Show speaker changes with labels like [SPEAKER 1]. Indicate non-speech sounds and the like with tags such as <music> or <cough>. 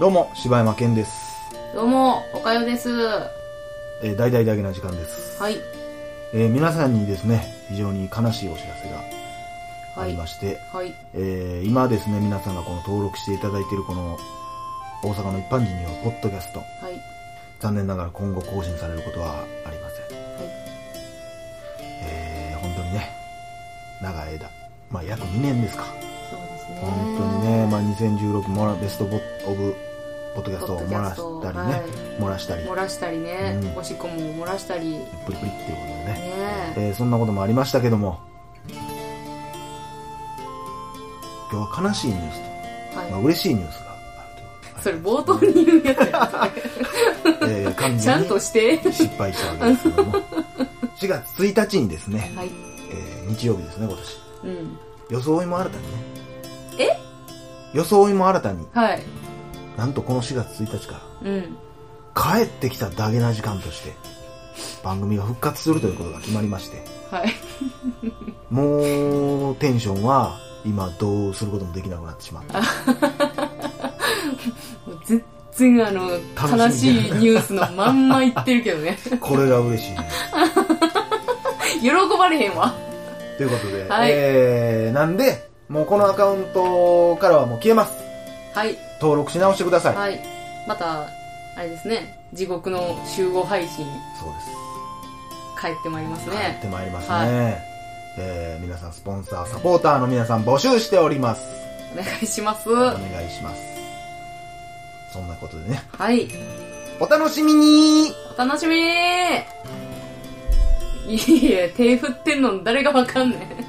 [SPEAKER 1] どうも、柴山健です。
[SPEAKER 2] どうも、おかよです。は
[SPEAKER 1] えー、大々だけの時間です。
[SPEAKER 2] い。
[SPEAKER 1] えー皆さんにですね、非常に悲しいお知らせがあ
[SPEAKER 2] は
[SPEAKER 1] り
[SPEAKER 2] い。
[SPEAKER 1] まして、
[SPEAKER 2] はい。
[SPEAKER 1] えー今ですね、皆さんがこの登録していただいているこの、大阪の一般人によるポッドキャスト、
[SPEAKER 2] はい。
[SPEAKER 1] 残念ながら今後更新されることはありません。
[SPEAKER 2] は
[SPEAKER 1] えー、本当にね、長い間、まあ約2年ですか。
[SPEAKER 2] い。そうですね。
[SPEAKER 1] 本当にね、まあ2016もらベストボオブ、ポッドキャストを漏らしたりね、
[SPEAKER 2] ポッドキャス
[SPEAKER 1] 漏らしたり、
[SPEAKER 2] 漏らしたりね、
[SPEAKER 1] うん
[SPEAKER 2] おしっこも漏らしたり。ね
[SPEAKER 1] プリプリっていうことでね。
[SPEAKER 2] え。
[SPEAKER 1] えーそんなこともありましたけども今日は悲しいニュースと、まあ、
[SPEAKER 2] は
[SPEAKER 1] 嬉しいニュースがあるという
[SPEAKER 2] い。それ冒頭に言うやつや。
[SPEAKER 1] ことで、えー完
[SPEAKER 2] ちゃ
[SPEAKER 1] 全
[SPEAKER 2] んと
[SPEAKER 1] に
[SPEAKER 2] して。
[SPEAKER 1] 失敗したわけですけども
[SPEAKER 2] <laughs>
[SPEAKER 1] 4月1日にですね、
[SPEAKER 2] はい。
[SPEAKER 1] えー日曜日ですね今年
[SPEAKER 2] うん。
[SPEAKER 1] 装いも新たにねえ装いも新たに
[SPEAKER 2] はい。
[SPEAKER 1] なんとこの4月1日か
[SPEAKER 2] うん。
[SPEAKER 1] ら帰ってきたダゲな時間として番組が復活するということが決まりまして
[SPEAKER 2] はい。
[SPEAKER 1] もうテンションは今どうすることもできなくなってしまった
[SPEAKER 2] もう全然あの、悲
[SPEAKER 1] 楽し
[SPEAKER 2] し
[SPEAKER 1] い
[SPEAKER 2] い
[SPEAKER 1] ね
[SPEAKER 2] ニュースのまんま言ってるけどね。
[SPEAKER 1] これが
[SPEAKER 2] <laughs>
[SPEAKER 1] 嬉しいね。
[SPEAKER 2] 喜ばれへんわ。
[SPEAKER 1] ということで、
[SPEAKER 2] はい
[SPEAKER 1] えー、なんで、もうこのアカウントからはもう消えます。
[SPEAKER 2] はい。
[SPEAKER 1] 登録し直してください。
[SPEAKER 2] はい。また、あれですね。地獄の集合配信、
[SPEAKER 1] そう
[SPEAKER 2] 帰ってまいります
[SPEAKER 1] です。やっ
[SPEAKER 2] ね。
[SPEAKER 1] てまいりますね。
[SPEAKER 2] はい
[SPEAKER 1] えー、皆さん、スポンサー、サポーターの皆さん募集しております。
[SPEAKER 2] お願いします。
[SPEAKER 1] お
[SPEAKER 2] は
[SPEAKER 1] 願いします。そんなことでね、
[SPEAKER 2] い。
[SPEAKER 1] お楽しみに
[SPEAKER 2] お楽しみにいやいや手振ってんの誰がわかんねん